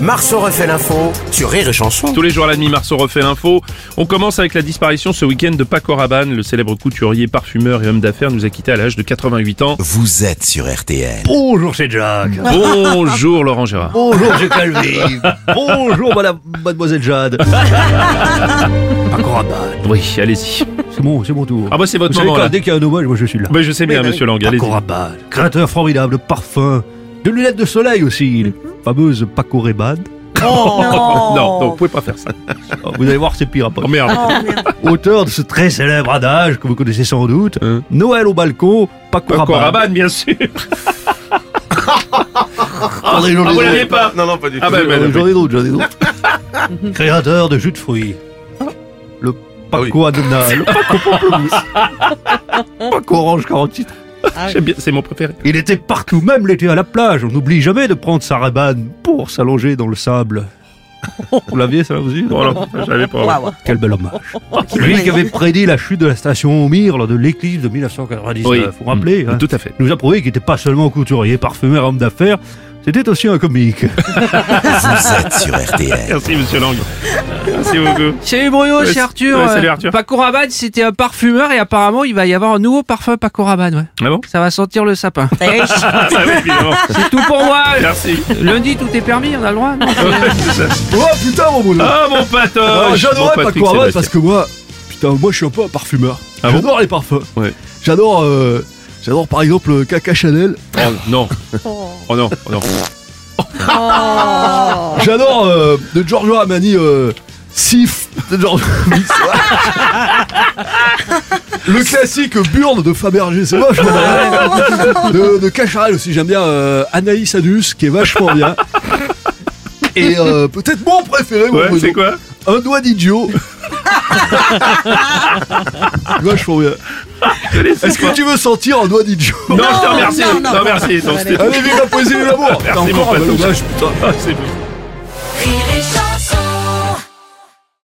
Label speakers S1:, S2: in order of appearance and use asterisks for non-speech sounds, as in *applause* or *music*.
S1: Marceau refait l'info sur Rire et Chanson.
S2: Tous les jours à la demi, Marceau refait l'info. On commence avec la disparition ce week-end de Paco Rabanne, le célèbre couturier, parfumeur et homme d'affaires, nous a quitté à l'âge de 88 ans.
S1: Vous êtes sur RTL.
S3: Bonjour, c'est Jacques.
S2: Bonjour Laurent Gérard.
S3: Bonjour, j'ai Calvi. Bonjour, madame,
S2: *laughs*
S3: mademoiselle Jade. Encore un bal.
S2: Oui, allez-y.
S3: C'est bon, c'est mon tour.
S2: Ah bah c'est votre
S3: Vous savez
S2: moment
S3: quoi,
S2: là.
S3: dès qu'il y a un hommage, moi je suis là.
S2: Bah, je sais bien, monsieur Lang, allez-y.
S3: Paco Rabanne, créateur formidable de parfums, de lunettes de soleil aussi, les fameuses Paco Rabanne.
S2: Non, non, vous pouvez pas faire ça.
S3: Ah, Vous allez voir, c'est
S2: *laughs*
S3: pire après.
S2: Oh merde.
S3: Auteur de ce très célèbre adage que vous connaissez sans doute,
S2: Hein.
S3: Noël au balcon, Paco,
S2: Paco
S3: Rabanne.
S2: Rabanne, bien sûr.
S3: Attendez, j'en ai
S2: Ah, vous
S3: d'autres.
S2: l'avez pas Non, non, pas du tout. Ah bah, bah, bah,
S3: J'en ai d'autres, j'en ai d'autres. *laughs* Créateur de jus de fruits. Le Paco Adonal. Le Paco *laughs* Pamplemousse. Paco Orange 46.
S2: j'aime bien, c'est mon préféré.
S3: Il était partout, même l'été à la plage. On n'oublie jamais de prendre sa rabane pour s'allonger dans le sable. Vous l'aviez, ça, vous aussi
S2: Bon, alors, j'avais pas.
S3: Quel bel hommage. Lui qui avait prédit la chute de la station Omir lors de l'éclipse de 1999.
S2: Oui.
S3: Vous vous rappelez hein
S2: Tout à fait.
S3: Il nous a prouvé qu'il n'était pas seulement couturier, parfumeur, homme d'affaires, c'était aussi un comique.
S1: Vous êtes sur RTL.
S2: Merci monsieur *laughs* Lang. Merci beaucoup.
S4: Salut Bruno,
S2: Ouais,
S4: c'est Arthur.
S2: ouais, salut Arthur.
S4: Euh, Paco Rabanne, c'était un parfumeur et apparemment il va y avoir un nouveau parfum Paco Rabanne. Ouais.
S2: Ah bon
S4: Ça va sentir le sapin.
S2: Ah bah, oui, évidemment.
S4: c'est tout pour moi.
S2: *laughs* Merci.
S4: Lundi, tout est permis, on a le droit. non
S3: oh putain, mon Bruno
S2: Ah mon
S3: Ah,
S2: patoche.
S3: J'adorais
S2: Bon,
S3: pas
S2: Patrick
S3: Rabanne parce
S2: Sébastien.
S3: que moi, putain, moi je suis un peu un parfumeur.
S2: Ah bon
S3: J'adore les parfums.
S2: Ouais.
S3: J'adore, euh, j'adore par exemple euh, Caca Chanel.
S2: Oh non. Oh non. Oh non.
S3: J'adore euh, de Giorgio Armani euh, Sif de Giorgio. *laughs* Le classique Burne de Fabergé, c'est moche. mais- De, de Cacharel aussi, j'aime bien euh, Anaïs Adus qui est vachement bien. Et euh, peut-être mon préféré, mon
S2: Ouais,
S3: Bruno.
S2: c'est quoi
S3: Un doigt d'idiot. Vachement bien.
S2: Je les sais
S3: Est-ce
S2: pas.
S3: que tu veux sentir un doigt d'idiot
S2: Non, je te remercie. Non, merci. Non, c'était-
S3: Allez, vive la poésie et l'amour
S2: Merci,
S3: T'as
S2: mon
S3: encore un bel
S2: Patrick.
S3: hommage, putain
S2: Ah, c'est beau.